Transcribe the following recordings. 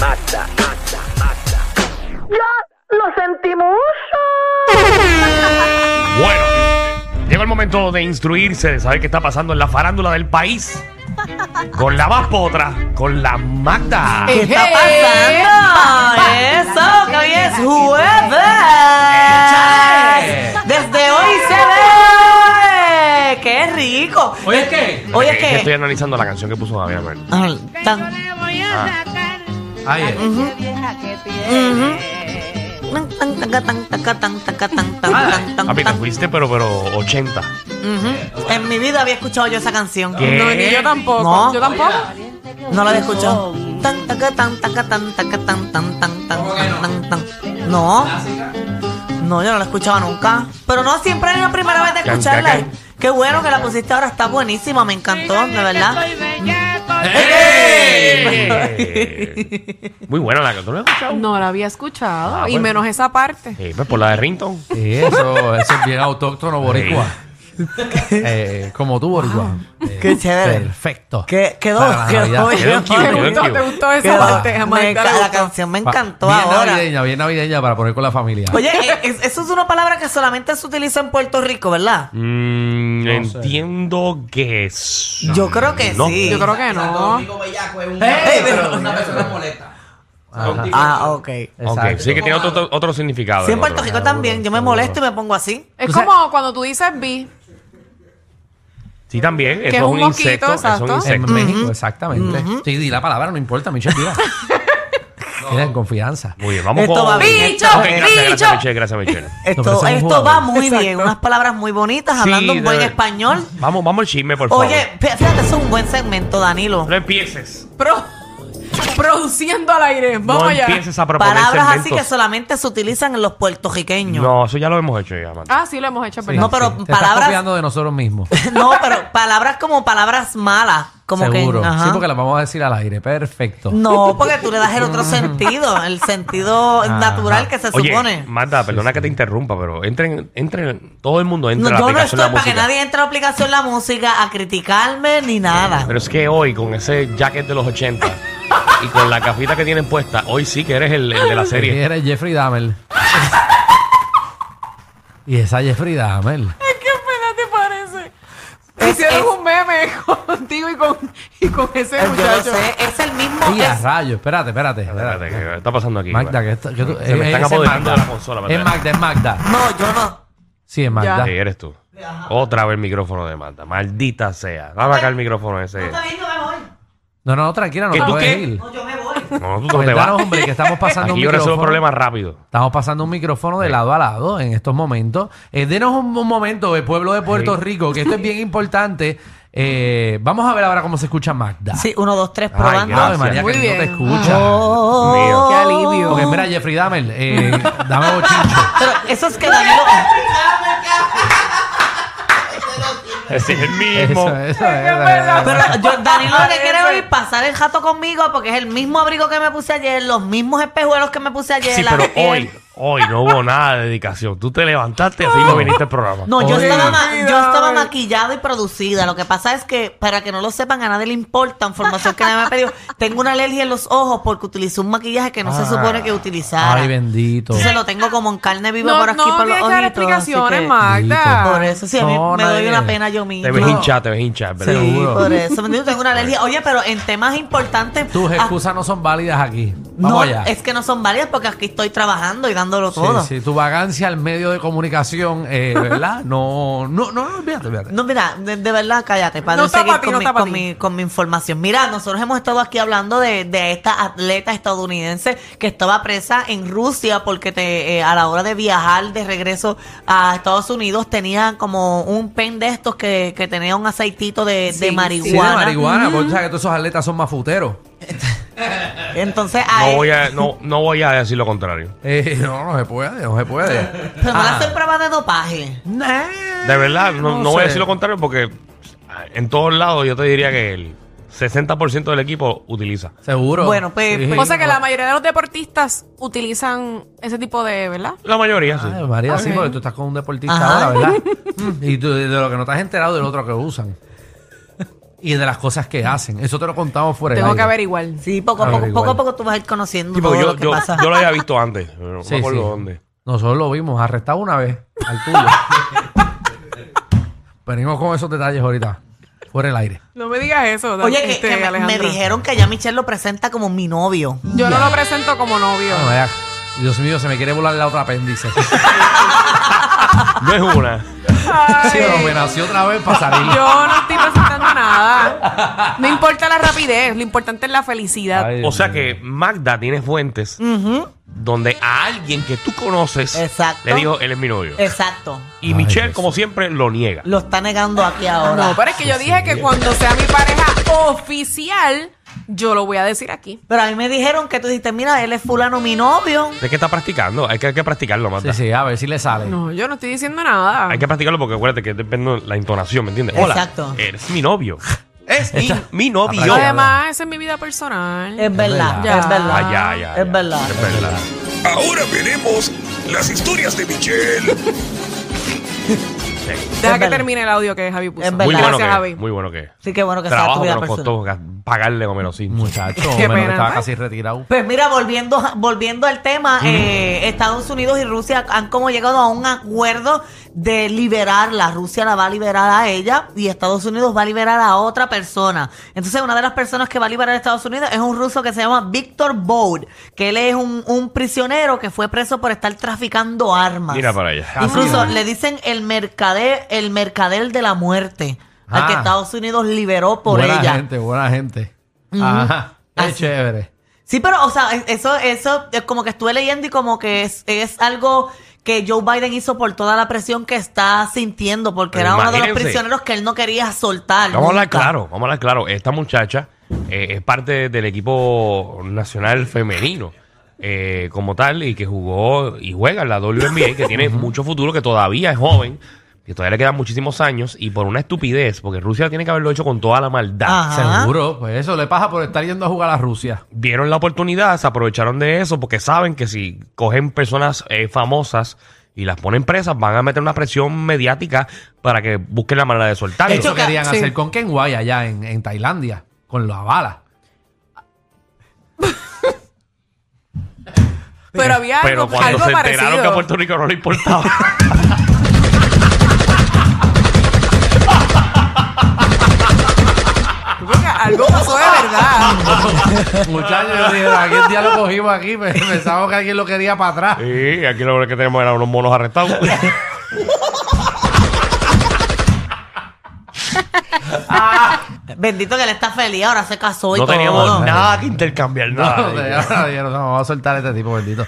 Mata, mata, mata. ¡Ya lo sentimos! Bueno, llegó el momento de instruirse, de saber qué está pasando en la farándula del país. Con la más potra, con la Magda. ¿Qué está pasando? Eso, que hoy es jueves. Desde hoy se ve. ¡Qué rico! Oye, es que. Hoy es Es que estoy que. analizando la canción que puso Javier Amel. Ay, tan- Ah. Ayer. tan, tan, taca, tan, taca, tan, taca, tan, tan, tan, tan, Papi, te tan. fuiste, pero, pero 80. Ujú. En mi vida había escuchado yo esa canción. ¿Qué? No, ni yo tampoco. No. Yo tampoco. No la había escuchado. Tan, taca, tan, taca, tan, taca, tan, tan, tan, tan, tan, tan. No. No, yo no la escuchaba nunca. Pero no siempre es la primera vez de Can, escucharla. can, can. Qué bueno que la pusiste ahora, está buenísima, me encantó, de verdad. Eh, Muy buena la canción. ¿Tú no la has escuchado? No la había escuchado. Ah, y bueno. menos esa parte. Eh, pues por la de Rinton. Sí, eso, eso es bien autóctono boricua. Eh, como tú, boricua. Eh, Ah, Qué chévere. Perfecto. Que- quedó- Para la quedó Navidad. bien. Quedó cute, ¿Te Ay, quedó gustó, te cute. gustó esa Qué va- parte, me Jamaica? enca- la canción me Pa- encantó bien ahora. navideña, bien navideña para poner con la familia. Oye, eh, es- eso es una palabra que solamente se utiliza en Puerto Rico, ¿verdad? Mm, entiendo que es. yo creo que no. sí. Yo creo que no. Ey, Eh, pero- Ah, ok. Ok, Exacto. sí que tiene otro, otro significado. Sí, en el Puerto otro. Rico también. Yo me molesto y me pongo así. Es Tú sabes- como cuando tú dices bi. Sí, también. Eso es es un un mosquito, insecto. eso es un exacto. En insecto. México, exactamente. Sí, di la palabra, no importa, Michelle, tira. Tira en confianza. Muy bien, vamos Esto con... va bien, Bicho, Ok, gracias, bicho. gracias, Michelle, gracias, Michelle. pero Esto, somos esto jugadores. va muy bien. Unas palabras muy bonitas, hablando Sí, un buen de- español. Vamos, vamos al chisme, por favor. Oye, fí- fíjate, eso es un buen segmento, Danilo. No empieces. Pro- produciendo al aire. Vamos no allá. empieces a proponer Palabras así que segmentos. solamente se utilizan en los puertorriqueños. No, No, eso ya lo hemos hecho ya, Amanda. Ah, sí, lo hemos hecho. Sí, perdón. No, pero Te estás palabras- copiando de nosotros mismos. pero palabras como palabras malas. Como Seguro. que. ajá. Mm. Sí, porque las vamos a decir al aire. Perfecto. No, porque tú le das el otro sentido, el sentido natural que se Oye, supone. Marta, perdona que te interrumpa, pero entren, entren, todo el mundo entra No, a la yo no aplicación estoy de la para que música. nadie entre a la aplicación la música a criticarme ni nada. Pero es que hoy, con ese jacket de los 80 y con la cafita que tienen puesta, hoy sí que eres el, el de la Sí, serie. eres Jeffrey Dahmer. y esa Jeffrey Dahmer. Ay, ¿Qué pena te parece? Hicieron es- un meme contigo y con, y con ese Yo no muchacho. sé, es el mismo. Y a eh, es- rayo, espérate, espérate. Espérate, espérate. ¿qué está pasando aquí? Magda, que esto. Que tú, Se me están eh, ese es apoderando Magda. de la consola, Magda. Es Magda, es Magda. no, yo no. Sí, es Magda. Sí, eres tú. Otra vez el micrófono de Marta. Maldita sea. Dame acá el micrófono ese. bien, yo me voy. No, no, tranquila, ¿Qué, no tú puedes qué? ir. No, yo me voy. No, tú no Pues te vas. danos, hombre, que estamos pasando Aquí un yo resuelvo micrófono. problemas rápido. Estamos pasando un micrófono de Sí. lado a lado en estos momentos. Eh, denos un, un momento, el pueblo de Puerto Sí. Rico, que esto es bien importante. Eh, vamos a ver ahora cómo se escucha Magda. Sí, uno, dos, tres, Ay, probando. gracias. Ave María, Muy que no bien. te escucha. Oh. Dios mío. Qué alivio. Porque mira, Jeffrey Dahmer, eh, dame bochincho. Pero eso es que Danilo. Ese es el mismo. Eso, eso, Pero yo, Danilo lo que quiere hoy es pasar el jato conmigo porque es el mismo abrigo que me puse ayer, los mismos espejuelos que me puse ayer. Sí, la pero piel. hoy, hoy no hubo nada de dedicación. Tú te levantaste así no viniste al programa. No, yo Oye. estaba, ma- yo estaba maquillada y producida. Lo que pasa es que, para que no lo sepan, a nadie le importa información que nadie me ha pedido. Tengo una alergia en los ojos porque utilicé un maquillaje que no se supone que utilizara. Ah. Ay, bendito. Se lo tengo como en carne viva No, por aquí, no por los tienes que dar ojitos. así explicaciones, que- Magda. Por eso, sí, a mí No, me doy nadie. una pena yo misma. Te ves hinchada, te ves hinchada, ¿verdad? Sí, Seguro. por eso. Yo tengo una alergia. Oye, pero en temas importantes. Tus ah, excusas no son válidas aquí. Vamos no, allá. es que no son válidas porque aquí estoy trabajando y dándolo Sí, todo. sí, tu vagancia al medio de comunicación, eh, ¿verdad? No, no, no, no, olvídate, olvídate. No, mira, de, de verdad, cállate, para No no, seguir tapa a ti, con, no mi, tapa a con ti. mi- con mi información. Mira, nosotros hemos estado aquí hablando de, de esta atleta estadounidense que estaba presa en Rusia porque te, eh, a la hora de viajar de regreso a Estados Unidos tenía como un pen de estos que, que tenía un aceitito de, de sí, de Sí, de marihuana. marihuana, porque tú sabes que todos esos atletas son mafuteros. Entonces, a No él- voy a, no, no voy a decir lo contrario. Eh, no, no se puede, no se puede. Pero no le Ah. hacen pruebas de dopaje. Nah, De verdad, no, no voy a sé. decir lo contrario porque ah, en todos lados yo te diría que el 60% del equipo utiliza. Seguro. Bueno, pues- pues- O sea que la mayoría de los deportistas utilizan ese tipo de, ¿verdad? La mayoría, sí. Ay, María, sí, Ok. porque tú estás con un deportista Ajá. ahora, ¿verdad? Mm, y tú, de lo que no te has enterado del otro que usan. Y de las cosas que hacen. Eso te lo contamos fuera del Tengo que aire. averiguar. Sí, poco a A ver, poco, igual. poco a poco tú vas a ir conociendo Sí, todo porque yo, lo que yo, pasa. yo lo había visto antes. pero No Sí, me acuerdo sí. dónde. Nosotros lo vimos, arrestado una vez al tuyo. Venimos con esos detalles ahorita, fuera del aire. No me digas eso. Oye, que, este, que me- me, Alejandra. dijeron que ya Michelle lo presenta como mi novio. Yo no lo presento como novio. eh, Bueno, vea, Dios mío, se me quiere volar la otra apéndice. No es una. Ay, Sí, pero me nació otra vez para salir. yo no estoy presentando nada. No importa la rapidez, lo importante es la felicidad. Ay, O sea Dios mío. que Magda tiene fuentes Ujú, donde a alguien que tú conoces Exacto. le dijo, él es mi novio. Exacto. Y Ay, Michelle, Jesús. como siempre, lo niega. Lo está negando aquí ahora. No, pero es que yo dije que cuando sea mi pareja oficial, yo lo voy a decir aquí. Pero a mí me dijeron que tú dijiste, mira, él es fulano, mi novio. Es que está practicando. Hay que, hay que practicarlo, Magda. Sí, sí, a ver si le sale. No, yo no estoy diciendo nada. Hay que practicarlo porque acuérdate que depende de la entonación, ¿me entiendes? Exacto. Hola, eres mi novio. Es mi, mi novio. Está practicando. Además, esa es mi vida personal. Es verdad, verdad. es verdad. Ah, ya, ya, Es ya. verdad. Es verdad. Ahora veremos las historias de Michelle. Deja es que verdad. termine el audio que Javi puso. Es verdad. Muy bueno, Gracias, que, Javi. es, muy bueno que es. Así que bueno que sea tu Trabajo que vida nos personal. costó ga- pagarle Homero Simpson. Muchacho, Qué menos que pena. estaba casi retirado. Pues mira, volviendo, volviendo al tema, eh, Estados Unidos y Rusia han como llegado a un acuerdo de liberarla. Rusia la va a liberar a ella y Estados Unidos va a liberar a otra persona. Entonces, una de las personas que va a liberar a Estados Unidos es un ruso que se llama Víctor Boud, que él es un, un prisionero que fue preso por estar traficando armas. Mira para allá. Casi Incluso nada. le dicen el mercader, el mercader de la muerte, al Ah. que Estados Unidos liberó por buena ella. gente, buena gente. Ajá, qué Así. chévere. Sí, pero, o sea, es- eso, eso, es como que estuve leyendo y como que es, es algo que Joe Biden hizo por toda la presión que está sintiendo, porque Pero era uno de los imagínense. prisioneros que él no quería soltar. Vamos a hablar nunca. claro, vamos a hablar claro. Esta muchacha eh, es parte del equipo nacional femenino eh, como tal y que jugó y juega en la WNBA que tiene mucho futuro, que todavía es joven, que todavía le quedan muchísimos años y por una estupidez, porque Rusia tiene que haberlo hecho con toda la maldad. Ajá. Seguro, pues eso le pasa por estar yendo a jugar a Rusia. Vieron la oportunidad, se aprovecharon de eso porque saben que si cogen personas eh, famosas y las ponen presas van a meter una presión mediática para que busquen la manera de soltarlo. Eso querían sí. hacer con Kenway allá en, en Tailandia, con la bala. Pero había Pero algo, cuando algo se enteraron parecido. que a Puerto Rico no le importaba. Porque algo pasó de verdad. Muchachos, yo dije, aquí el día lo cogimos aquí, pero pensamos que alguien lo quería para atrás. Sí, aquí lo que tenemos eran unos monos arrestados. Bendito que él está feliz, ahora se casó y no todo. teníamos no. nada que intercambiar, No, nada. ya, ya, no, vamos a soltar a este tipo, bendito.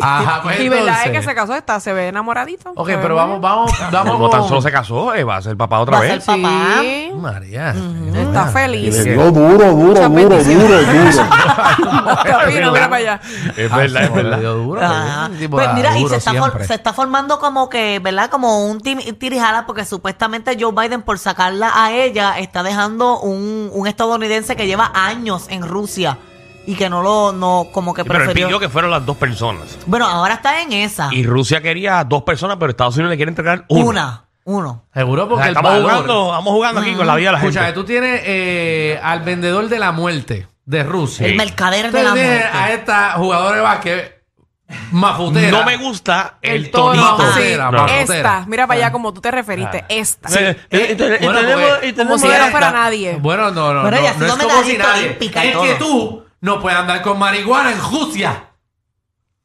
Ajá, pues Y verdad es entonces. que se casó esta, se ve enamoradito. Ok, se ve pero muy vamos, vamos, No, vamos no tan con- solo se casó, eh, va a ser papá otra Va a vez. ser papá. bien. Sí. María. Está feliz. Es que- duro, duro, Muchas bendiciones. duro. Capino, mira para allá. Es Ah, verdad, es se le verdad. dio duro, Ajá. pues, ese tipo Pues da mira, y duro se está, for- siempre. se está formando como que, ¿verdad? Como un tim- tirijala, porque supuestamente Joe Biden, por sacarla a ella, está dejando un, un estadounidense que lleva años en Rusia y que no lo, no, como que Sí, Pero él prefirió. pidió que fueron las dos personas. Bueno, ahora está en esa. Y Rusia quería dos personas, pero Estados Unidos le quiere entregar una. Una, uno. Seguro O porque sea, el estamos valor- jugando, vamos jugando aquí con la vida de la Escucha, que gente. tú tienes eh, al vendedor de la muerte de Rusia. El Sí. mercader de Entonces la tienes muerte. a esta jugadora de básquet mafutera. No me gusta el, El tono. tonito. Vamos, Sí, Cera, No. vamos, esta. Cera. Mira para allá como tú te referiste. Ah. Esta. Eh, eh, y te- y Bueno, tenemos- porque- y Como tenemos si ella no esta. fuera nadie. Bueno, no, no, Pero no, ella ha no sido es como si medallista nadie. olímpica y Es todo. que tú no puedes andar con marihuana en Rusia.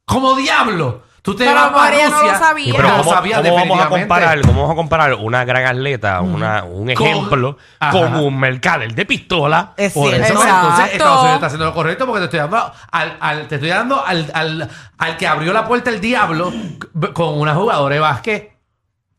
Como diablo. Tú te Pero vas para María Rusia. no lo sabía. Sí, pero No ¿cómo, sabía cómo vamos a definitivamente. comparar, cómo vamos a comparar una gran atleta, Mm. una, un ejemplo, Ajá. con, un mercader de pistola? Es Por cierto. eso, Exacto. pues, entonces Estados Unidos está haciendo lo correcto porque te estoy dando al, al- te estoy dando al, al, al que abrió la puerta el diablo c- con una jugadora de básquet.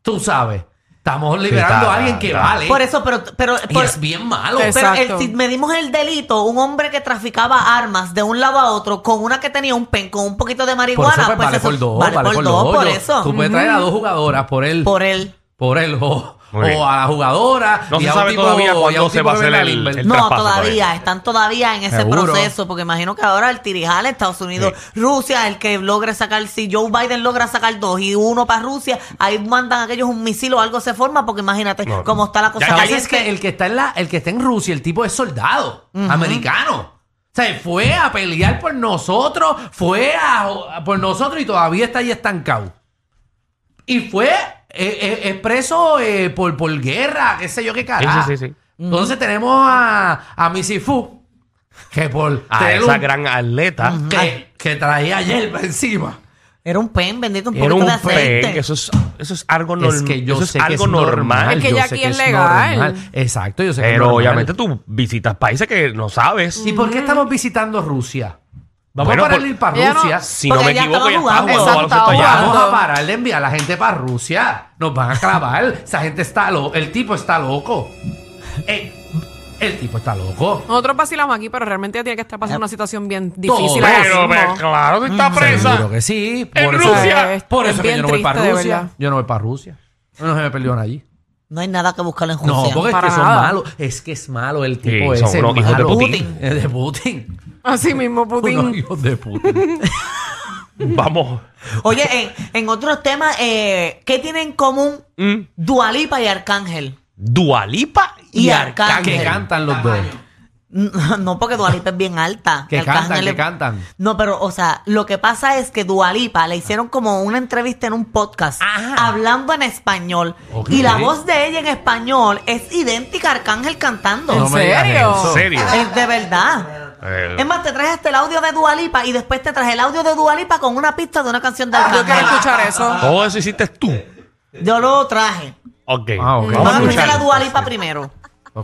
Tú sabes. Estamos liberando está- a alguien que está- vale. Por eso, pero, pero, y por- es bien malo. Es- pero Exacto. el- si medimos el delito, un hombre que traficaba armas de un lado a otro con una que tenía un pen, con un poquito de Por marihuana, eso, pues, pues vale eso- por dos, vale por dos, dos. por Yo- eso. mm, Tú puedes traer a dos jugadoras por él. Por él. por él o, Muy bien. o a la jugadora. No y se a un sabe tipo- todavía y a un cuándo se tipo va a que hacer vende el- Limber. el No, traspaso todavía, todavía. están todavía en ese Seguro. proceso, porque imagino que ahora el tirijal Estados Unidos, Rusia, el que logre sacar, si Joe Biden logra sacar dos y uno para Rusia, ahí mandan aquellos un misil o algo se forma, porque imagínate No, no. cómo está la cosa Ya, ya, Así caliente. es que el que está en la, el que está en Rusia, el tipo es soldado americano. O sea, fue a pelear por nosotros, fue a, a- por nosotros y todavía está ahí estancado. Y fue eh, eh, es preso eh, por, por guerra, qué sé yo qué carajo. Sí, sí, sí, sí. Entonces tenemos a, a Missy Fu, que por A tener Ah, esa un- gran atleta. que, que traía hierba encima. Era un pen, bendito, un Era poquito un de aceite. pen, que eso es, eso es algo, norm- eso es algo Es normal. que ya yo sé aquí es normal. legal. Exacto, yo sé que es Pero normal. obviamente tú visitas países que no sabes. Mm. ¿Y por qué estamos visitando Rusia? Vamos Bueno, a parar por- de ir para Ella no- Rusia. Si no Porque me ya equivoco, ya estaba está jugando. jugando baloncesto Exacto, allá. jugando. Vamos a parar de enviar a la gente para Rusia. Nos van a clavar. Esa gente está loco. El tipo está loco. Eh, el tipo está loco. Nosotros vacilamos aquí, pero realmente ella tiene que estar pasando una situación bien difícil. ahora Pero, mismo. pero, claro, tú estás Mm, Seguro presa. que sí. En eso- Rusia. Es- Por es eso que bien yo no voy para triste, de Rusia. verdad. Yo no voy para Rusia. No se me perdieron allí. No hay nada que buscar en No, Rusia. porque es para que son nada. malos. Es que es malo el tipo Sí, son ese. unos es hijos de malo. Putin. Eh, De Putin. Así mismo, Unos Putin. hijos de Putin. Vamos. Oye, en, en otros temas, eh, ¿qué tienen en común Dualipa y Arcángel? Dualipa y Y Arcángel. Arcángel. que cantan los dos. No, porque Dualipa es bien alta. Que Arcángel cantan, es- que cantan. No, pero, o sea, lo que pasa es que Dualipa le hicieron como una entrevista en un podcast Ajá. hablando en español. Ok. Y la voz de ella en español es idéntica a Arcángel cantando. ¿En No me digas serio? eso. ¿En serio? Es de verdad. Eh, Es más, te traje hasta el audio de Dualipa y después te traje el audio de Dualipa con una pista de una canción de Yo quiero Arcángel. escuchar eso. todo eso hiciste tú. Yo lo traje. Ok. Ah, ok. Vamos a escuchar escucharlo. a Dualipa primero.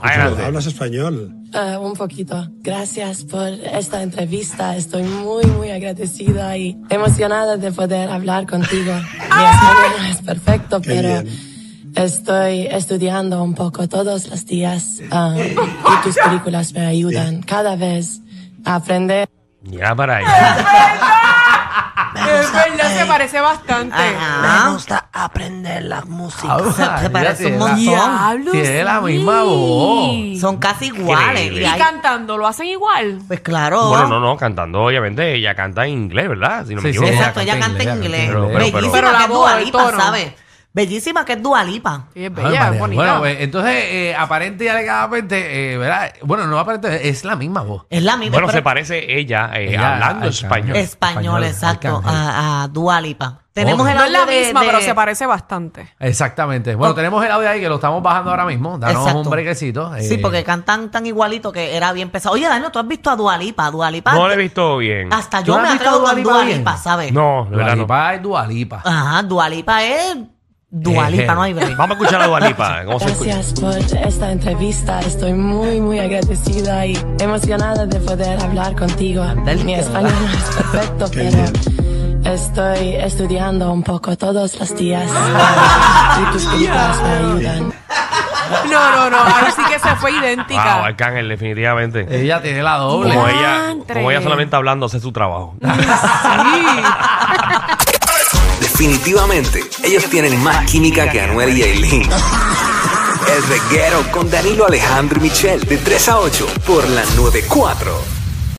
Adelante. Hablas español. Ah, un poquito. Gracias por esta entrevista. Estoy muy, muy agradecida y emocionada de poder hablar contigo. Mi español no es perfecto, Qué pero bien. estoy estudiando un poco todos los días ah, y tus películas me ayudan cada vez a aprender. Ya para ahí. Es verdad, se parece bastante. Ajá. gusta aprender la música. Ah, Se parece un mira, montón. Diablo, Tiene la sí. misma voz. Son casi iguales. Increíble. Y Y hay- cantando, lo hacen igual. pues claro. Bueno, no, no, cantando, obviamente, ella canta en inglés, ¿verdad? Si no me Sí, sí, equivoco. Exacto, ella canta en inglés. Pero- pero- pero- Bellísima Pero la que es voz, el Dualipa, tono. ¿sabes? Bellísima que es Dualipa. Sí, es Ay, bella, María. es bonita. Bueno, pues, entonces, eh, aparente y alegadamente, eh, ¿verdad? Bueno, no aparente, es la misma voz. Es la misma. Bueno, pero- se parece ella, eh, Ella, hablando Arcángel. español. Es- español, Español, exacto. Arcángel. A, a Dualipa. Tenemos Ok. el no es la audio de- misma, de- pero se parece bastante. Exactamente. Bueno, Ok. tenemos el audio ahí que lo estamos bajando ahora mismo. Danos Exacto. un brequecito. Eh, Sí, porque cantan tan igualito que era bien pesado. Oye, Daniel, ¿tú has visto a Dualipa? Dualipa. No la he visto bien. Hasta ¿Tú yo no me has visto a atrevo con Dua Lipa Dualipa, bien? ¿sabes? No, de verdad no. Dualipa es Dualipa. Ajá, Dualipa es Dualipa, Ejé. no hay break. Vamos a escuchar a Dualipa. ¿Cómo se escucha? Gracias por esta entrevista. Estoy muy, muy agradecida y emocionada de poder hablar contigo. Mi español no es perfecto, pero estoy estudiando un poco todos los días. y tus películas me ayudan. No, no, no. Ahora sí que se fue idéntica. Wow, Arcángel, definitivamente. Ella tiene la doble. Como ella, Diantre. como ella solamente hablando hace su trabajo. Definitivamente, ellos tienen más química que Anuel y Aileen. El reguero con Danilo Alejandro y Michel de 3 a 8 por la 94.